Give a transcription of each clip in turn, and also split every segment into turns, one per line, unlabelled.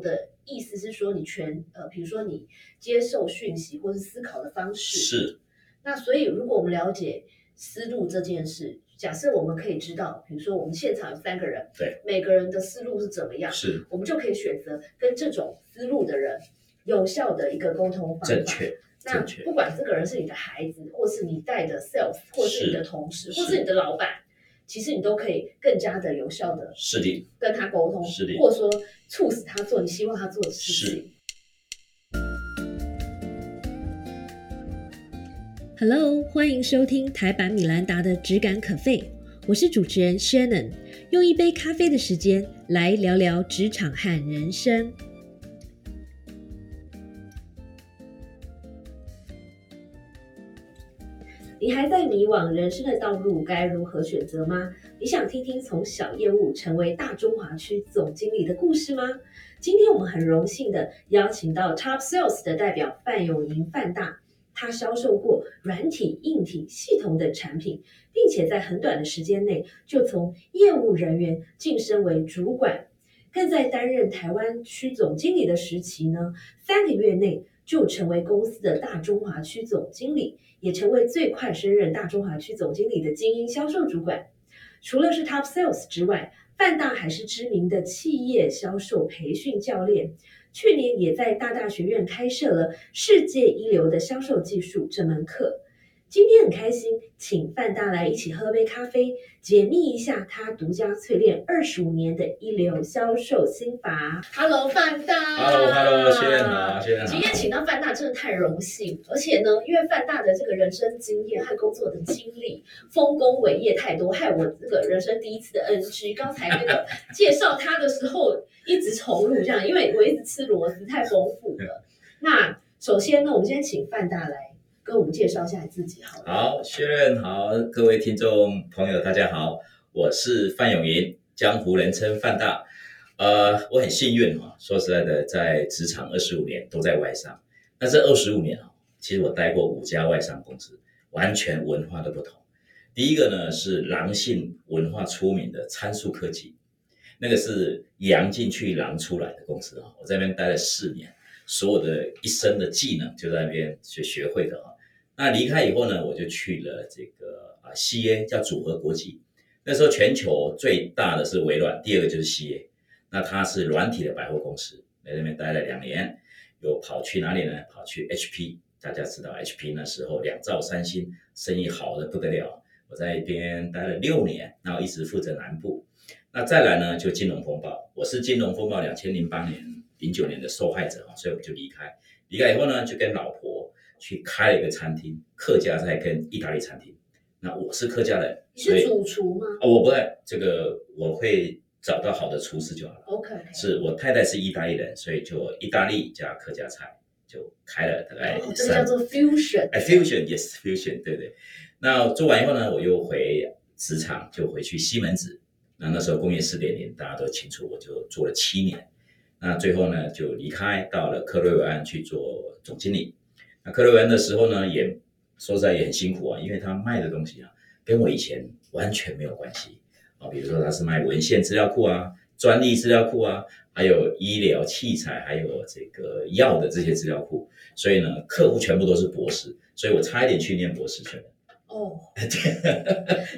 的意思是说，你全呃，比如说你接受讯息或是思考的方式。
是
那所以，如果我们了解思路这件事，假设我们可以知道，比如说我们现场有三个人，
对，
每个人的思路是怎么样，
是
我们就可以选择跟这种思路的人有效的一个沟通方法。
正确，
那
正确
不管这个人是你的孩子，或是你带的 sales，或是你的同事，
是
或是你的老板，其实你都可以更加的有效的
是的，
跟他沟通，
是的
或者说促使他做你希望他做的事
是
情。
Hello，欢迎收听台版米兰达的《只感可废》，我是主持人 Shannon，用一杯咖啡的时间来聊聊职场和人生。
你还在迷惘人生的道路该如何选择吗？你想听听从小业务成为大中华区总经理的故事吗？今天我们很荣幸的邀请到 Top Sales 的代表范永宁范大，他销售过软体、硬体、系统等产品，并且在很短的时间内就从业务人员晋升为主管，更在担任台湾区总经理的时期呢，三个月内就成为公司的大中华区总经理。也成为最快升任大中华区总经理的精英销售主管。除了是 Top Sales 之外，范大还是知名的企业销售培训教练。去年也在大大学院开设了世界一流的销售技术这门课。今天很开心，请范大来一起喝杯咖啡，解密一下他独家淬炼二十五年的一流销售心法。Hello，范大。
Hello，Hello，谢啊谢好谢谢好
今天请到范大真的太荣幸，而且呢，因为范大的这个人生经验和工作的经历，丰功伟业太多，害我这个人生第一次的 NG。刚才那个介绍他的时候，一直重录这样，因为我一直吃螺丝，太丰富了。那首先呢，我们先请范大来跟我们介绍一下你自己好了。
好，薛任好，各位听众朋友，大家好，我是范永银，江湖人称范大。呃，我很幸运哈、说实在的，在职场二十五年都在外商，那这二十五年啊，其实我待过五家外商公司，完全文化的不同。第一个呢是狼性文化出名的参数科技，那个是羊进去狼出来的公司啊，我在那边待了四年，所有的一生的技能就在那边学学会的啊。那离开以后呢，我就去了这个啊 CA 叫组合国际，那时候全球最大的是微软，第二个就是 CA，那它是软体的百货公司，在那边待了两年，又跑去哪里呢？跑去 HP，大家知道 HP 那时候两兆三星，生意好的不得了，我在一边待了六年，然后一直负责南部。那再来呢，就金融风暴，我是金融风暴两千零八年、零九年的受害者啊，所以我就离开。离开以后呢，就跟老婆去开了一个餐厅，客家菜跟意大利餐厅。那我是客家人，
你
所以
是主厨吗
啊，我不在这个，我会找到好的厨师就好了。
？OK，
是我太太是意大利人，所以就意大利加客家菜就开了大概
哦这个
三
叫做 fusion。
哎，fusion，yes fusion，对对。那做完以后呢，我又回职场，就回去西门子。那那时候工业四点零，大家都清楚，我就做了七年。那最后呢，就离开到了克瑞维安去做总经理。那克瑞维安的时候呢，也说实在也很辛苦啊，因为他卖的东西啊，跟我以前完全没有关系啊。比如说他是卖文献资料库啊、专利资料库啊，还有医疗器材，还有这个药的这些资料库。所以呢，客户全部都是博士，所以我差一点去念博士去了。
哦，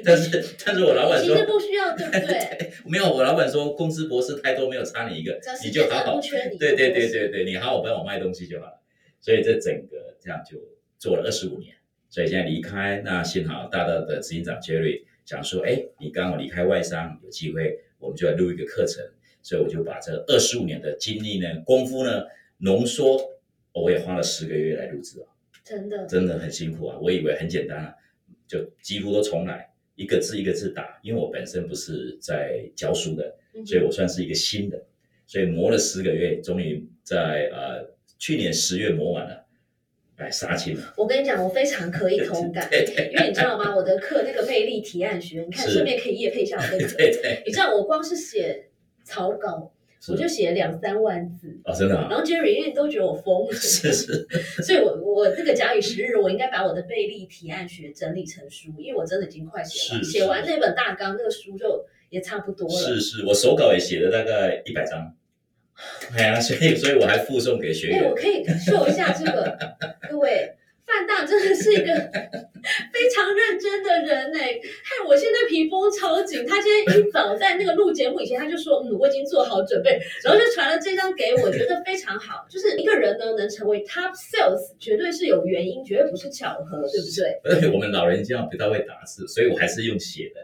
但是，但是我老板
其
说
实不需要， 对不对？
没有，我老板说公司博士太多，没有差你一个
只要，是
你就好
真的
好
不缺你，
对对对对对，你好好帮我卖东西就好了。所以这整个这样就做了二十五年，所以现在离开，那幸好大大的执行长 Jerry 想说，哎，你刚好离开外商，有机会我们就来录一个课程，所以我就把这二十五年的经历呢、功夫呢浓缩，我也花了十个月来录制啊。
真的。
真的很辛苦啊！我以为很简单啊，就几乎都重来，一个字一个字打，因为我本身不是在教书的，
嗯
所以我算是一个新的，所以磨了十个月，终于在呃去年十月磨完了，哎，杀青了，
我跟你讲，我非常可以同感，因为你知道吗？我的课那个魅力提案学，你看
是
顺便可以夜配一下我的课。
对 对，
你知道我光是写草稿，
是
我就写了两三万 字，
哦，真的啊，
然后 Jerry 因为都觉得我疯了，
是是，
所以我我这个假以时日，我应该把我的魅力提案学整理成书，因为我真的已经快写完，
是
写完那本大纲，那个书就也差不多了。
是是，我手稿也写了大概一百张， 哎呀，所以所以我还附送给学
哎、
员
我，可以秀一下这 个，各位，范大真的是一个 非常认真的人哎、害我现在皮绷超紧。他今天一早在那个录节目以前，他就说，嗯，我已经做好准备，然后就传了这张给我，觉得非常好。就是一个人呢，能成为 top sales，绝对是有原因，绝对不是巧合，对不对？
而 且我们老人家不大会打字，所以我还是用写的，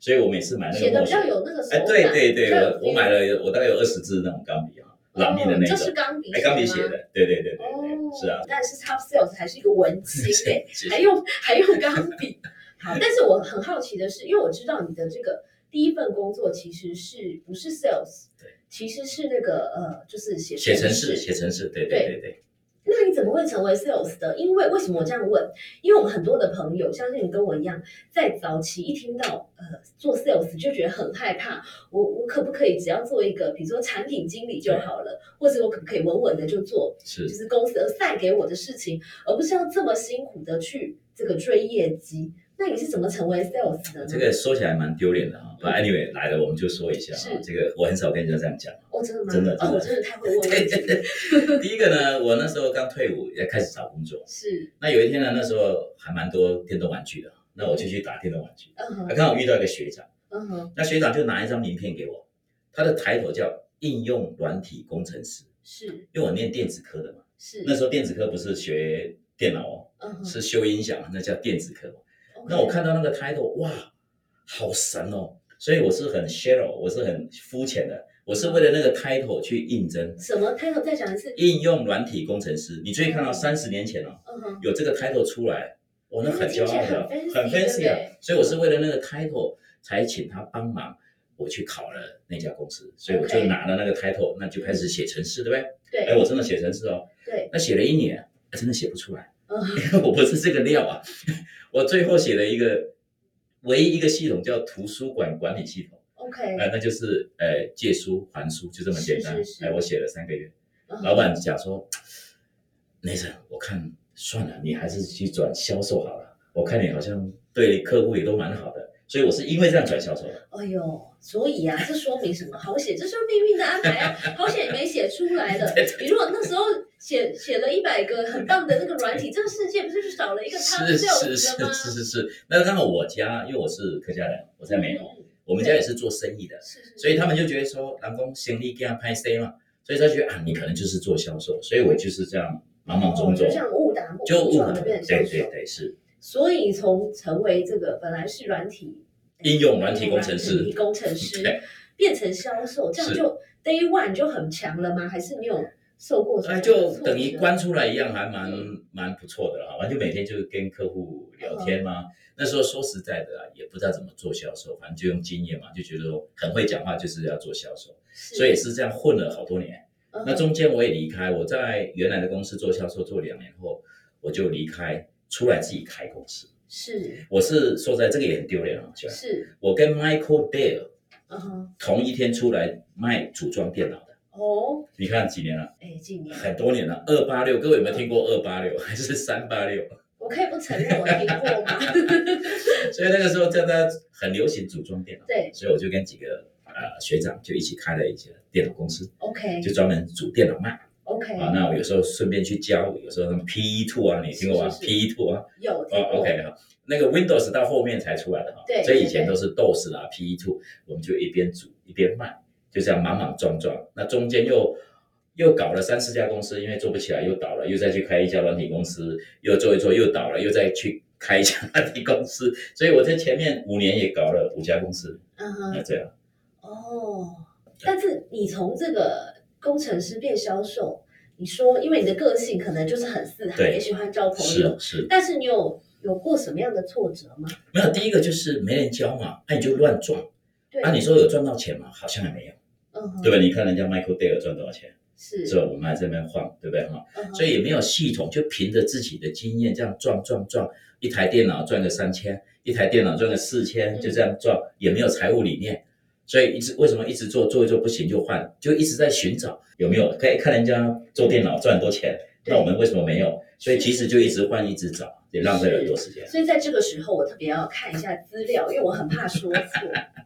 所以我每次买那
写
个
的
墨
比较
水，
有那个手
哎，
感，
对对对，
比较有
我我买了，我大概有二十支那种钢笔啊，朗密的那
哦这是
种，
钢笔，
哎，钢笔写。的，对对对对
哦，
对，是啊，
但是 top sales 还是一个文青哎、
谢
还
谢。
用 还用钢笔。好，但是我很好奇的是，因为我知道你的这个第一份工作其实是不是 sales，
对，
其实是那个呃，就是写
写程
式。
式，写程式，对对对对，
那你怎么会成为 sales 的？因为为什么我这样问？因为我们很多的朋友，相信你跟我一样，在早期一听到呃做 sales 就觉得很害怕。我我可不可以只要做一个，比如说产品经理就好了，或者我可不可以稳稳的就做
是
就是公司塞给我的事情，而不是要这么辛苦的去这个追业绩。那你是怎么成为 sales 的呢？
这个说起来蛮丢脸的啊。不 anyway 来了，我们就说一下啊
是，
这个我很少跟人家这样讲。
哦，真的吗？
真的
哦，我真的太会问问题了。
第一个呢，我那时候刚退伍，也开始找工作。
是，
那有一天呢，那时候还蛮多电动玩具的，那我就去打电动玩具。啊
嗯哼，
刚好遇到一个学长，
嗯哼，
那学长就拿一张名片给我，他的抬头叫应用软体工程师，
是
因为我念电子科的嘛。
是，
那时候电子科不是学电脑哦，
嗯哼，
是修音响，那叫电子科嘛。
OK，
那我看到那个 title，哇，好神哦！所以我是很 shallow，我是很肤浅的，我是为了那个 title 去应征
什么 title 再讲一次，
应用软体工程师。你注意看到三十年前哦，
嗯哼，
有这个 title 出来，我那很骄傲的，
听起来
很
很 fancy，
fancy
对不
啊
对。
所以我是为了那个 title 才请他帮忙，我去考了那家公司，所以我
OK
就拿了那个 title，那就开始写程式，对不对？哎，
对
我真的写程式哦，
对，
那写了一年，哎真的写不出来，
嗯哼
因为 我不是这个料啊。我最后写了一个唯一一个系统叫图书馆管理系统，
，OK，
哎，那就是呃借书还书，就这么简单
是是。是
哎，我写了三个月。
嗯哼
老板讲说，Nathan，我看算了，你还是去转销售好了。我看你好像对客户也都蛮好的，所以我是因为这样转销售的。
哎呦，所以啊，这说明什么？好险，这就是命运的安排啊！好险你没写出来的。你如果那时候写写了一百个很棒的那个软体，这个世界不是就少了一个汤
是
六
是是
十个吗？
是是是。那刚好我家，因为我是客家人，我在美国，
嗯，
我们家也是做生意的，
是是。
所以他们就觉得说，南工行李给他拍 C 嘛，所以他觉得啊，你可能就是做销售，所以我就是这样莽莽
哦
撞
就
撞，
这样误打误
就误
撞
打
的
误
变成
撞对
销售
对。对是。
所以从成为这个本来是软体
应用软体工程师
软体工程师
对
变成销售，这样
是
就 day one 就很强了吗？还是你有受过什么
哎，
挫折？
就等于关出来一样，还蛮蛮不错的啦。反正就每天就是跟客户聊天嘛、
嗯
那时候说实在的啊，也不知道怎么做销售，反正就用经验嘛，就觉得说很会讲话，就是要做销售，
是，
所以是这样混了好多年。
嗯哼
那中间我也离开，我在原来的公司做销售做两年后，我就离开，出来自己开公司。
是
我是说实在这个也很丢脸啊，就
是，
我跟 Michael Dale
嗯哼，
同一天出来卖组装电脑的，
哦。
你看几年了？
哎，纪念，
很多年了，二八六，各位有没有听过二八六还是三八六？
我可以不承认我听过吗？
所以那个时候大家很流行组装电脑，
对
所以我就跟几个呃学长就一起开了一家电脑公司，
，OK
就专门组电脑卖
OK，
啊。那我有时候顺便去教，有时候什么 PE Two 啊，你听过吗
是是是
？PE Two 啊，
有
哦
听过
OK 好，那个 Windows 到后面才出来的哈，
对
所以以
对
前
对
都是 DOS 啦 PE Two，我们就一边组一边卖，就这样莽莽撞撞。那中间又又搞了三四家公司，因为做不起来又倒了，又再去开一家软体公司，又做一做又倒了，又再去开一家 软体公司，所以我在前面五年也搞了五家公司，
嗯
那
哼，
这样
哦，但是你从这个工程师变销售，你说因为你的个性可能就是很四海，
对
也喜欢交朋
是
友，
是，
但是你有有过什么样的挫折吗？
没有第一个就是没人教嘛，那、你就乱撞，
对，
啊，你说有赚到钱吗？好像也没有，
嗯哼，
对吧？你看人家 Michael Dale 赚多少钱，
是，
之后我们还在那边晃，对不对哈？
嗯哼
所以也没有系统，就凭着自己的经验这样撞撞撞，一台电脑赚个三千，一台电脑赚个四千，
嗯
就这样撞，也没有财务理念，所以一直为什么一直做做一做不行就换，就一直在寻找有没有可以看人家做电脑赚很多钱，
对
那我们为什么没有？所以其实就一直换，一直找，也浪费了很多时间。
所以在这个时候，我特别要看一下资料，因为我很怕说错，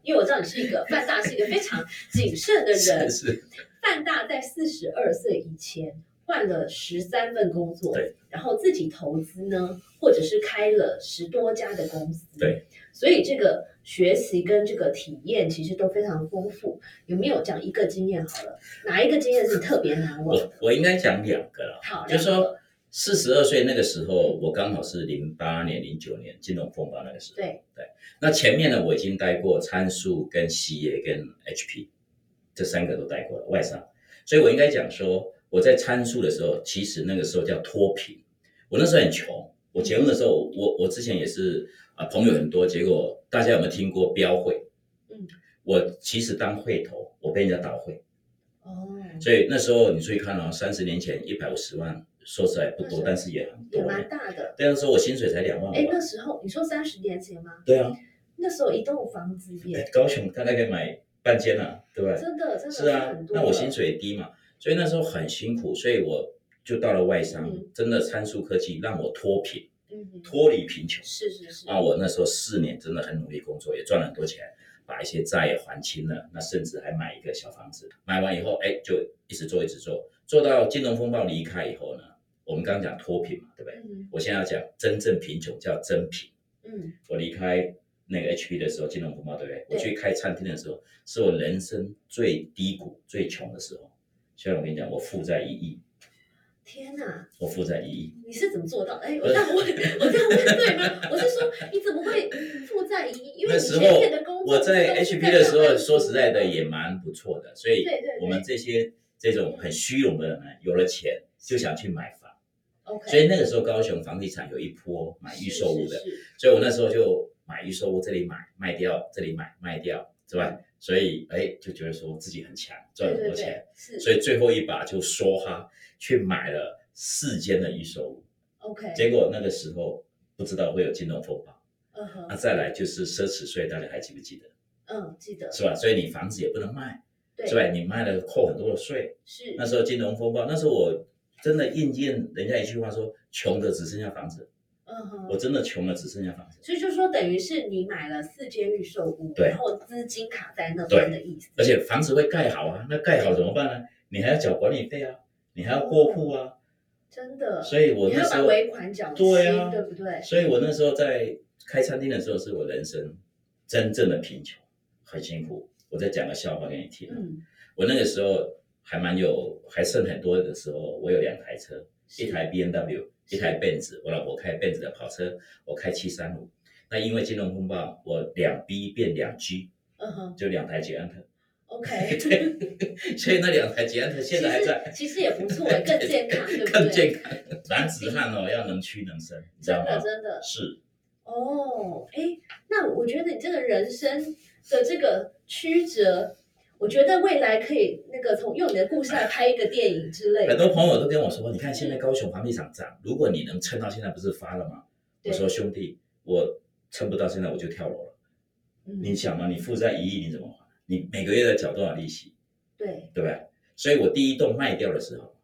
因为我知道你是一个范大是一个非常谨慎的人
是。 是，
范大在四十二岁以前换了十三份工作，
对，
然后自己投资呢，或者是开了十多家的公司，
对，
所以这个学习跟这个体验其实都非常丰富。有没有讲一个经验好了？哪一个经验是你特别难忘
我
的？
我应该讲两个了，
好，
就是
两
说
个
四十二岁那个时候，我刚好是零八年、零九年金融风暴那个时候。
对
那前面呢，我已经待过参数、跟 CA、跟 HP 这三个都待过了外商，所以我应该讲说，我在参数的时候，其实那个时候叫脱贫。我那时候很穷，我结婚的时候，我我之前也是啊，朋友很多，结果大家有没有听过标会？
嗯，
我其实当会头，我被人家倒会，
哦，
所以那时候你注意看哦，三十年前一百五十万，说实在不多，但是也很
也
多。
蛮大的。
但是说我薪水才两万
哎，那
五，啊
时候你说三十年前吗？
对啊，
那时候一栋房子耶，
高雄大概可以买半间啊，对吧？
真的真的
是啊
很，多
那我
了
薪水也低嘛，所以那时候很辛苦，所以我就到了外商，
嗯
真的参数科技让我脱贫，
嗯哼，
脱离贫穷。啊
是是是，
那我那时候四年真的很努力工作，也赚了很多钱，把一些债也还清了，那甚至还买一个小房子。买完以后，哎，就一直做一直做，做到金融风暴离开以后呢，我们刚刚讲脱贫嘛，对不对？
嗯
我现在要讲真正贫穷叫真贫。
嗯，
我离开那个 HP 的时候，金融风暴对不对？
对
我去开餐厅的时候，是我人生最低谷、最穷的时候。虽然我跟你讲，我负债一亿，
天哪！
我负债一亿，
你是怎么做到的？哎，我这样问，我这样问对吗？我是说，你怎么会负债一亿？因为
那
你
时候
前面的工作
我在
都是
HP 的时
上
候，
班
说实在的也蛮不错的。所以
对对对
我们这些这种很虚荣的人呢，啊有了钱就想去买房。
，OK，
所以那个时候高雄房地产有一波买预售屋的，
是是是
所以我那时候就买预售屋，这里买卖掉，这里买卖掉，是吧？所以哎，就觉得说自己很强，赚
对
很
对
多钱。
对，是，
所以最后一把就梭哈去买了四间的预售屋，
OK，
结果那个时候不知道会有金融风暴，
嗯哼，
那、再来就是奢侈税，大家还记不记得？
嗯，记得，
是吧？所以你房子也不能卖，
对，
是吧？你卖了扣很多的税。
是，
那时候金融风暴，那时候我真的应验人家一句话说：“穷的只剩下房子。”
嗯
我
哼。
真的穷的只剩下房子，
所以就说，等于是你买了四间预售屋，
对
然后资金卡在那边的意思。
而且房子会盖好啊，那盖好怎么办呢？你还要缴管理费啊，你还要过户啊，
真的，
所以我
你
那
要
时
把
候
尾款缴清，
对啊
对不对？
所以我那时候在开餐厅的时候，是我人生真正的贫穷，很辛苦。我再讲个笑话给你听。啊
嗯，
我那个时候还蛮有，还剩很多的时候，我有两台车，
是
一台 B N W，
是
一台 Benz。我老婆开 Benz 的跑车，我开七三五。那因为金融风暴，我两 B 变两 G，
嗯 哼
就两台捷安特，
，OK，
所以那两台捷安特现在还在，
其实其实也不错，欸更健 康，对不对？
更健康。男子汉哦，要能屈能伸，你知道
真的
吗？
真的，
是。
哦，哎，那我觉得你这个人生的这个曲折，我觉得未来可以那个从用你的故事来拍一个电影之类的。
很 多朋友都跟我说，你看现在高雄房地产涨，如果你能撑到现在，不是发了吗？
对
我说兄弟，我撑不到现在，我就跳楼了。你
嗯，
想嘛，你负债一亿，你怎么还？你每个月的缴多少利息，
对，
对不对？所以我第一栋卖掉的时候，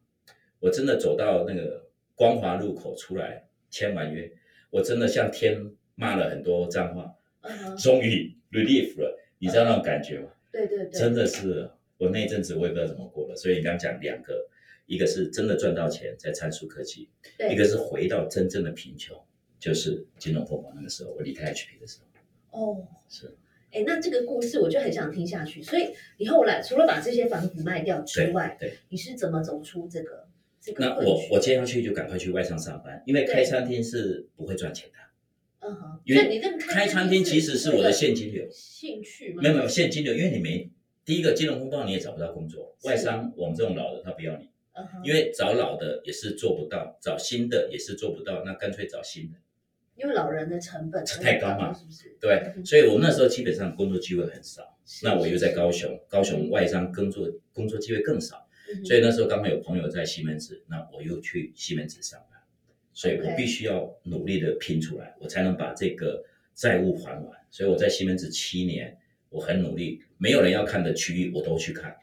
我真的走到那个光华路口出来签完约，我真的向天骂了很多脏话，
嗯哼，
终于 relief 了，你知道那种感觉吗？
对对对，
真的是，我那一阵子我也不知道怎么过了。所以你刚刚讲两个，一个是真的赚到钱在参数科技，
对
一个是回到真正的贫穷，就是金融风暴那个时候，我离开 HP 的时候
哦。
是。
哎，那这个故事我就很想听下去，所以你后来除了把这些房子卖掉之外，
对对
你是怎么走出这个这个
那
困
我
局
我接下去就赶快去外商上班，因为
对
开餐厅是不会赚钱的。
嗯哼，
因为
所以你这个
开餐厅其实是我的
是
现金流，
兴趣吗？
没有没有现金流，因为你没第一个金融风暴你也找不到工作，
是
外商我们这种老的他不要你，
嗯哼，
因为找老的也是做不到，找新的也是做不到，那干脆找新的。
因为老人的成本
太高嘛
是不是？
对
嗯，哼
所以我那时候基本上工作机会很少。
是
那我又在
是
高雄，高雄外商工作工作机会更少，
嗯哼
所以那时候刚好有朋友在西门子，那我又去西门子上班，所以
OK
我必须要努力的拼出来，我才能把这个债务还完。所以我在西门子七年，我很努力，没有人要看的区域我都去看，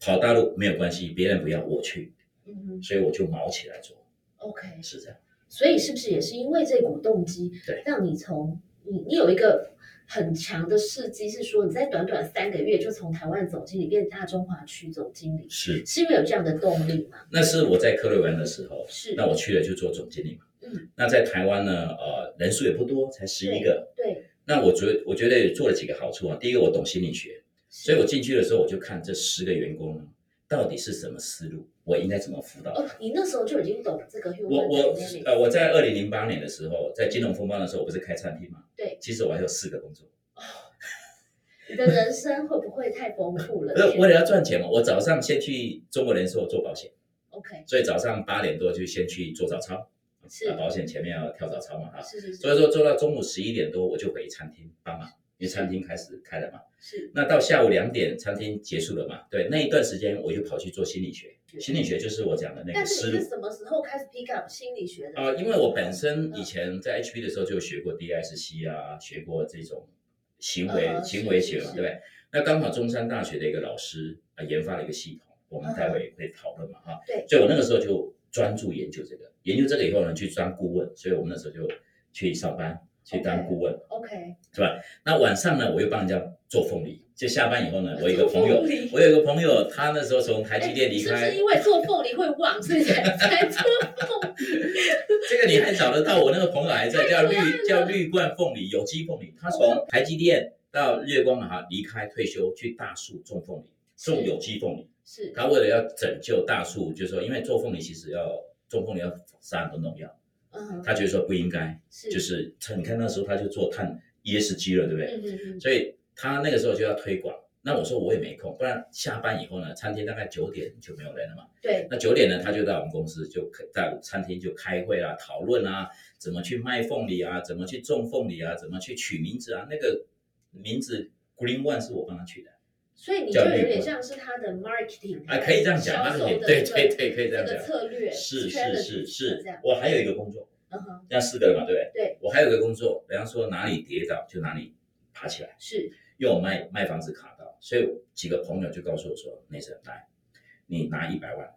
跑大陆没有关系，别人不要我去，
嗯哼
所以我就毛起来做，
，OK。
是这样。
所以是不是也是因为这股动机，
对
让你从你你有一个很强的事迹，是说你在短短三个月就从台湾总经理变成大中华区总经理，
是，
是因为有这样的动力吗？
那是我在科瑞湾的时候，
是，
那我去了就做总经理嘛。
嗯，
那在台湾呢，呃，人数也不多，才十一个。
对，
那我觉我觉得也做了几个好处啊。第一个，我懂心理学，所以我进去的时候我就看这十个员工呢到底是什么思路，我应该怎么辅导。
哦，你那时候就已经懂这个 human
我我
dynamics
呃，我在二零零八年的时候，在金融风暴的时候，我不是开餐厅嘛？
对
其实我还有四个工作，
你的人生会不会太丰富 了
不？是为了要赚钱嘛。我早上先去中国人寿做保险，
OK，
所以早上八点多就先去做早操，
是
啊，保险前面要跳早操嘛哈。
是是
所以
是
说做到中午十一点多，我就回餐厅帮忙，因为餐厅开始开了嘛。
是，
那到下午两点，餐厅结束了嘛？对，那一段时间我就跑去做心理学，心理学就是我讲的那个
但
思
是
路
你是什么时候开始 pick up 心理学的？
啊、因为我本
嗯
身以前在 HP 的时候就有学过 DSC 啊，学过这种行为、
嗯
行为学
是
嘛，
是
对不对？那刚好中山大学的一个老师啊、研发了一个系统，我们待会会讨论嘛哈。
嗯对
所以我那个时候就专注研究这个，研究这个以后呢，去当顾问，所以我们那时候就去上班去当
OK
顾问。
OK，
那晚上呢，我又帮人家做凤梨。就下班以后呢，我有一个朋友
做凤梨，
我有一个朋友，他那时候从台
哎
积电离
是不
开，
是因为做凤梨会忘，所以才才做 凤梨？
这个你还找得到？我那个朋友还在叫
太可爱
绿
了
叫绿冠凤梨，有机凤梨。他从台积电到月光哈离开退休，去大树种凤梨，种有机凤梨。
是
他为了要拯救大树，就是说，因为做凤梨其实要种凤梨要撒很多农药，
嗯哼，
他觉得说不应该，
是
就是他你看那时候他就做碳 ESG 了，对不对？
嗯嗯嗯，
所以他那个时候就要推广。那我说我也没空，不然下班以后呢，餐厅大概九点就没有人了嘛。
对，
那九点呢，他就到我们公司就开在餐厅就开会啦、讨论啊，怎么去卖凤梨啊，怎么去种凤梨啊，怎么去取名字啊。那个名字 Green One 是我帮他取的，
所以你就
叫
有
绿
点
冠
像是他的 marketing，
啊，可以这样讲，
销
那
售
可以，
的
对
这
对
个
对，可以这样
这
讲
个，策略
是是
strategy
是
这
是
样，，
我还有一个工作，
嗯哼，
这样四个人嘛，对不对？
对，
我还有一个工作，人家说哪里跌倒就哪里爬起来。
是
因为我卖卖房子卡到，所以几个朋友就告诉我说：“那森来，你拿一百万，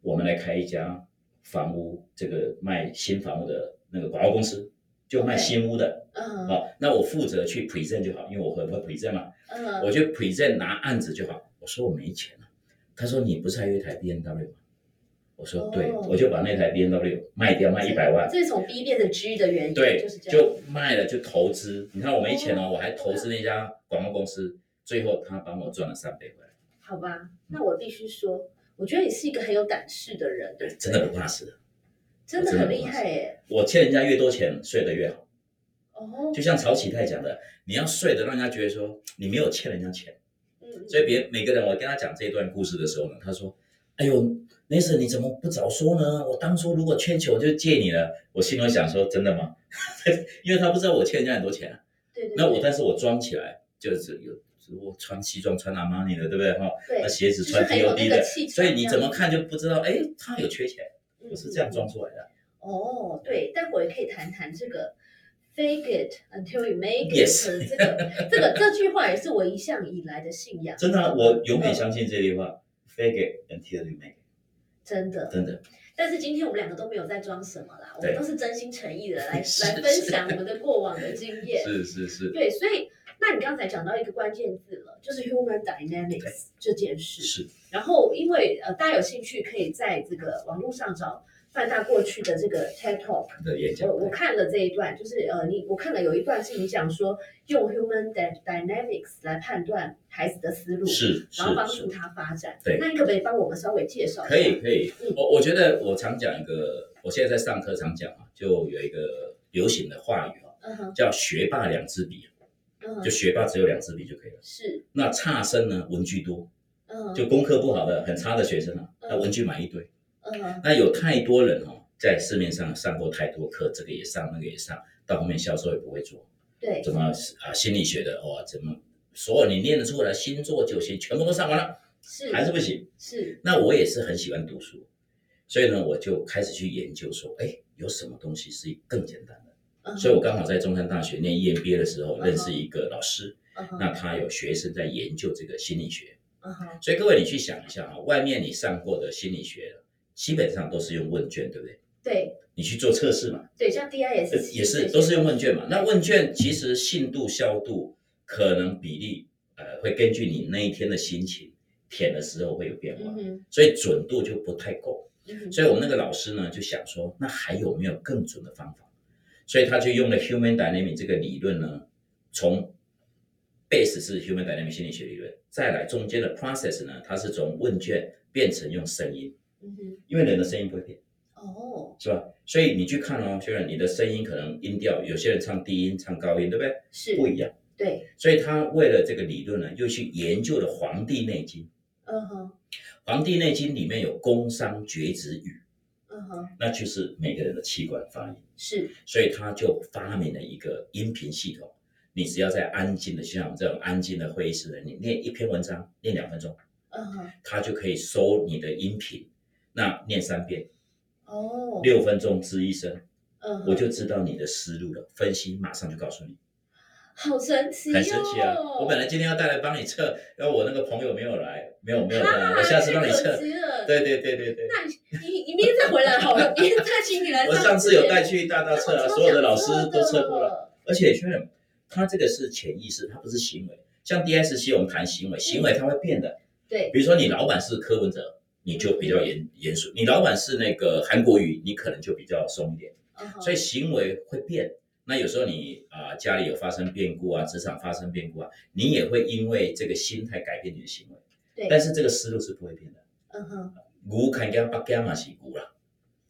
我们来开一家房屋，这个卖新房屋的那个广告公司，就卖
OK
新屋的。
嗯
好、那我负责去 present 就好，因为我很会 present 嘛，
嗯，
我就 present 拿案子就好。我说我没钱了、他说你不是还有一台 B N W 吗？我说对，
哦
我就把那台 B N W 卖掉，卖一百万。
这是从 B 变成 G 的原因，
对
就是，这样
就卖了就投资。你看我没钱哦，我还投资那家广告公司，最后他帮我赚了三倍回来。
好吧？那我必须说，我觉得你是一个很有胆识的人，对不
对，
对？
真的不怕死。
真的
我真的
很
不
厉
怕
害耶！
我欠人家越多钱，睡得越好。
哦，
就像曹启泰讲的，你要睡得让人家觉得说你没有欠人家钱。
嗯，
所以别每个人，我跟他讲这段故事的时候呢，他说：“哎呦，n a s o n 你怎么不早说呢？我当初如果缺钱，我就借你了。”我心里想说：“真的吗？” 因为他不知道我欠人家很多钱啊。
对对，
那我
对
但是我装起来，就是有我穿西装穿阿玛尼的，对不对哈？
对
那鞋子
就是
穿
很有
DOD
那
的
个，气场，
所以你怎么看就不知道，哎，他有缺钱，
这样？
我是这样装出来的。
嗯。嗯嗯哦，对，待会也可以谈谈这个 “fake it until you make it”
Yes
的这个这个这句话也是我一向以来的信仰。嗯
真的啊，我永远相信这句话，fake it until you make it，
真的，
真的。
但是今天我们两个都没有在装什么啦，我们
对
都是真心诚意的来
是
来分享我们的过往的 经验。
是是是
对，所以那你刚才讲到一个关键字了，就是 human dynamics 这件事。
是，
然后因为呃大家有兴趣，可以在这个网络上找范大过去的这个 TED Talk。
你的演讲
我我看了这一段，就是呃你我看了有一段是你讲说用 human dy- dynamics 来判断孩子的思路，
是是
然后帮助
是，
他发展。
对
那你可不可以帮我们稍微介绍一下？
可以可以
嗯。
我我觉得我常讲一个，我现在在上课常讲啊，就有一个流行的话语啊，
嗯哼，
叫学霸两支笔，啊
嗯
就
哼，
学霸只有两支笔就可以了。
是，
那差生呢，文具多。
嗯哼，
就功课不好的、很差的学生啊，
嗯
那文具买一堆。
嗯哼，
那有太多人哦，在市面上上过太多课，这个也上，那个也上，到后面销售也不会做，
对，
怎么啊心理学的哇，怎么所有你念得出来星座、九型全部都上完了，
是
还是不行。
是
那我也是很喜欢读书，所以呢，我就开始去研究说，哎，有什么东西是更简单的？
嗯哼，
所以我刚好在中山大学念 E EMBA 的时候，
嗯
认识一个老师，
嗯哼，
那他有学生在研究这个心理学。
嗯哼，
所以各位，你去想一下啊，外面你上过的心理学基本上都是用问卷，对不对？
对
你去做测试嘛，
对，像 DIS
呃也是都是用问卷嘛。那问卷其实信度、效度可能比例，呃，会根据你那一天的心情填的时候会有变化
嗯，哼
所以准度就不太够。
嗯哼
所以我们那个老师呢就想说，那还有没有更准的方法？所以他就用了 human dynamic 这个理论呢，从 base 是 human dynamic 心理学理论，再来中间的 process 呢，它是从问卷变成用声音，
嗯哼
因为人的声音不会变，
哦
是吧？所以你去看哦，虽然你的声音可能音调，有些人唱低音、唱高音，对不对？
是
不一样。
对，
所以他为了这个理论呢，又去研究了《黄帝内经》，
嗯哼
《黄帝内经》里面有宫商角徵羽，
嗯哼
那就是每个人的器官发音。
是
所以他就发明了一个音频系统。你只要在安静的，就像我们这种安静的会议室呢，你念一篇文章，念两分钟，
嗯哼
它就可以收你的音频。那念三遍，
哦
六分钟吱一声，
嗯哼
我就知道你的思路了。分析马上就告诉你，
好神奇哦哟
很神奇啊！我本来今天要带来帮你测，然后我那个朋友没有来，没有没有带来，我下次帮你
太可
测。
惜了
对对对对对，
那你啊你你明天再回来好了，明天再请你来
我
上。哦
上次有带，去大大测啊，所有的老师都测过了。
了。
而且确认，它这个是潜意识，它不是行为。像 DSC 我们谈行为，行为它会变的。
对，
比如说你老板是柯文哲，你就比较严严肃；你老板是那个韩国瑜，你可能就比较松一点。
嗯哼
所以行为会变。那有时候你啊、家里有发生变故啊，职场发生变故啊，你也会因为这个心态改变你的行为。
对
但是这个思路是不会变的。
嗯哼，
牛看家八家嘛是牛啦，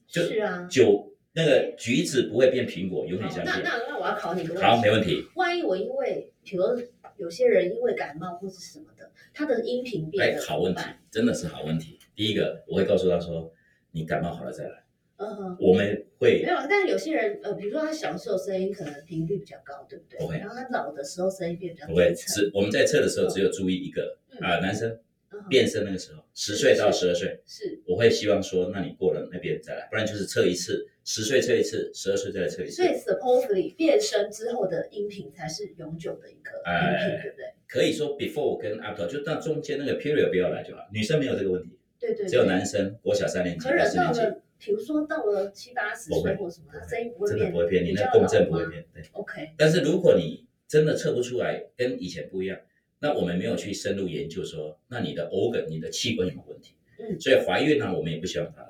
就是
啊。
酒那个橘子不会变苹果，永远
好
相
那
信。
那那我要考你个问题。
好，没问题。
万一我因为，比如说有些人因为感冒或者什么的，他的音频
哎
变，了，
好问题
怎么办。，
真的是好问题。第一个，我会告诉他说，你感冒好了再来。
嗯哼。
我们会
没有，啊但是有些人，呃，比如说他小时候声音可能频率比较高，对不对
不会
然后他老的时候声音变比较
不会
低沉。
只我们在测的时候只有注意一个
嗯
啊、男生
嗯哼
变声那个时候，十岁到十二岁，
是，
我会希望说，那你过了那边再来，不然就是测一次，十岁测一次，十二岁再来测一次
所以。supposedly 变声之后的音频才是永久的一个音频，
哎
对不对？
可以说 before 跟 after，就到中间那个 period 不要来就好。女生没有这个问题，
对对。
只有
对
男生国小三年级、
可
二
是
四
到
年级
了，比如说到了七八十岁或什么，他声音不会
真的
变，
不会变，你
比较
那
老
个共振不会
吗
变。对。
OK，
但是如果你真的测不出来，跟以前不一样，那我们没有去深入研究说，那你的 organ、你的器官有没有问题？
嗯
所以怀孕呢、我们也不希望它来。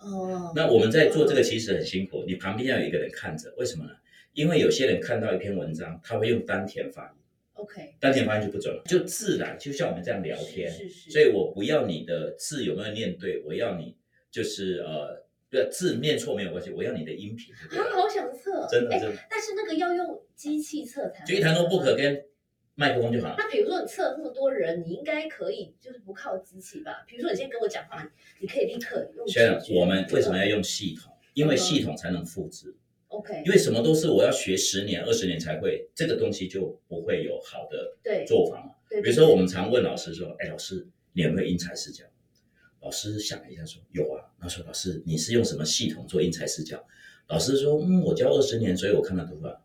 哦，
那我们在做这个其实很辛苦，你旁边要有一个人看着，为什么呢？因为有些人看到一篇文章，他会用丹田发音，
OK，
丹田发音就不准了，就自然，就像我们这样聊天。
是是，
所以我不要你的字有没有念对，我要你就是呃，对字念错没有关系，我要你的音频。对不对
啊，好想测，
真的
哎
真的，
但是那个要用机器测才，
就一谈都不可。跟麦克风就好了。
那比如说你测这么多人，你应该可以就是不靠机器吧？比如说你先跟我讲话，你可以立刻用
虽然
直觉
我们为什么要用系统？因为系统才能复制，
OK？
因为什么都是我要学十年、二十年才会，这个东西就不会有好的
对
做法嘛。
对，
比如说，我们常问老师说：“哎，老师，你有没有因材施教？”老师想了一下说：“有啊。”然后说：“老师，你是用什么系统做因材施教？”老师说：“嗯，我教二十年，所以我看得多啊。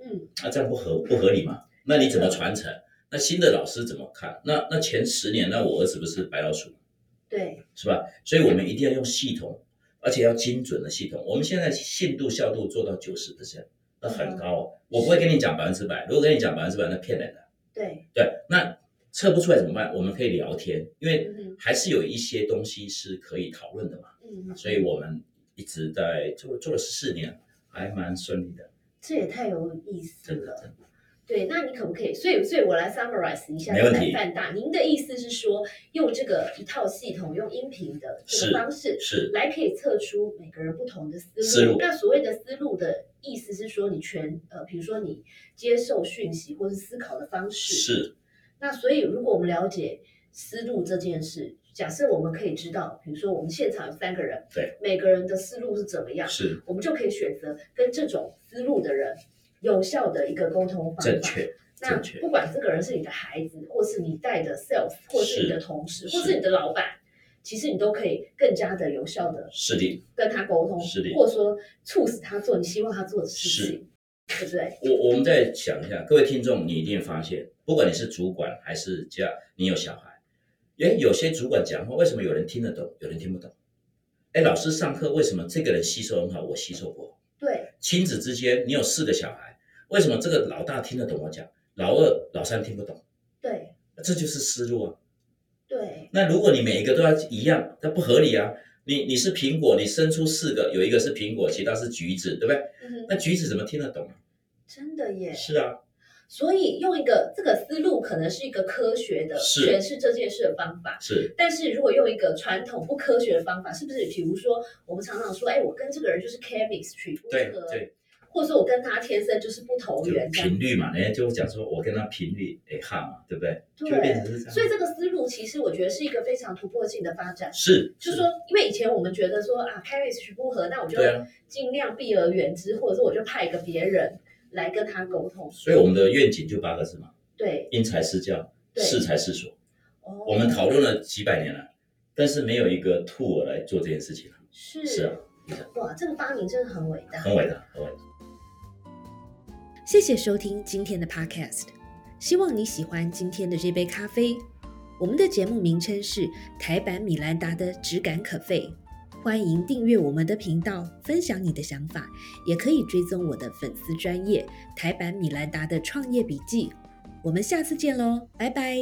嗯，”
那这样不合不合理嘛？那你怎么传承？那新的老师怎么看？那那前十年，那我儿子不是白老鼠？
对，
是吧？所以我们一定要用系统，而且要精准的系统。我们现在信度效度做到九十 percent，那很高哦。我不会跟你讲百分之百，如果跟你讲百分之百，那骗人的。
对，
对，那测不出来怎么办？我们可以聊天，因为
嗯
还是有一些东西是可以讨论的嘛。
嗯，嗯
所以我们一直在做，做了十四年，还蛮顺利的，
这也太有意思
真的
了。
真的。
对，那你可不可以？所以，所以我来 summarize 一下
没问题
范大，您的意思是说，用这个一套系统，用音频的这个
是
方式，
是
来可以测出每个人不同的思路。
思路
那所谓的思路的意思是说，你全呃，比如说你接受讯息或是思考的方式。。
是
那所以，如果我们了解思路这件事，假设我们可以知道，比如说我们现场有三个人，
对，
每个人的思路是怎么样，
是
我们就可以选择跟这种思路的人有效的一个沟通方法。
正确，
那
正确
不管这个人是你的孩子，或是你带的 sales，或是你的同事，
是
或是你的老板，其实你都可以更加的有效的
是的。
跟他沟通，
是的
或者说促使他做你希望他做的事情，对不对？
我我们再想一下，各位听众，你一定发现，不管你是主管还是家，你有小孩，诶，有些主管讲话，为什么有人听得懂，有人听不懂？哎，老师上课为什么这个人吸收很好，我吸收不好？
对，
亲子之间，你有四个小孩，为什么这个老大听得懂我讲，老二、老三听不懂？
对，
这就是思路啊。
对，
那如果你每一个都要一样，那不合理啊。你你是苹果，你生出四个，有一个是苹果，其他是橘子，对不对？
嗯哼，
那橘子怎么听得懂啊？
真的耶。
是啊，
所以用一个这个思路，可能是一个科学的
是
诠释这件事的方法。
是
但是如果用一个传统不科学的方法，是不是？比如说，我们常常说，哎，我跟这个人就是 chemistry 不
对
合，
对，
或者说我跟他天生就是不投
就
缘这样。
频率嘛，人家就讲说我跟他频率哎哈嘛，对不对？就会
对，
变成是这样。
所以这个思路其实我觉得是一个非常突破性的发展。
是，
就是说，因为以前我们觉得说啊，chemistry 不合，那我就
对啊
尽量避而远之，或者是我就派一个别人来跟他沟通。
所以我们的愿景就八个字嘛：
对，
因材施教，
对
适才是所。
哦
我们讨论了几百年了，但是没有一个 tool 来做这件事情啊，
是
是啊
哇，这个发明真的很伟大。
很伟大，很伟大。
谢谢收听今天的 Podcast，希望你喜欢今天的这杯咖啡。我们的节目名称是台版米兰达的质感可废，欢迎订阅我们的频道，分享你的想法，也可以追踪我的粉丝专业台版米兰达的创业笔记。我们下次见喽，拜拜。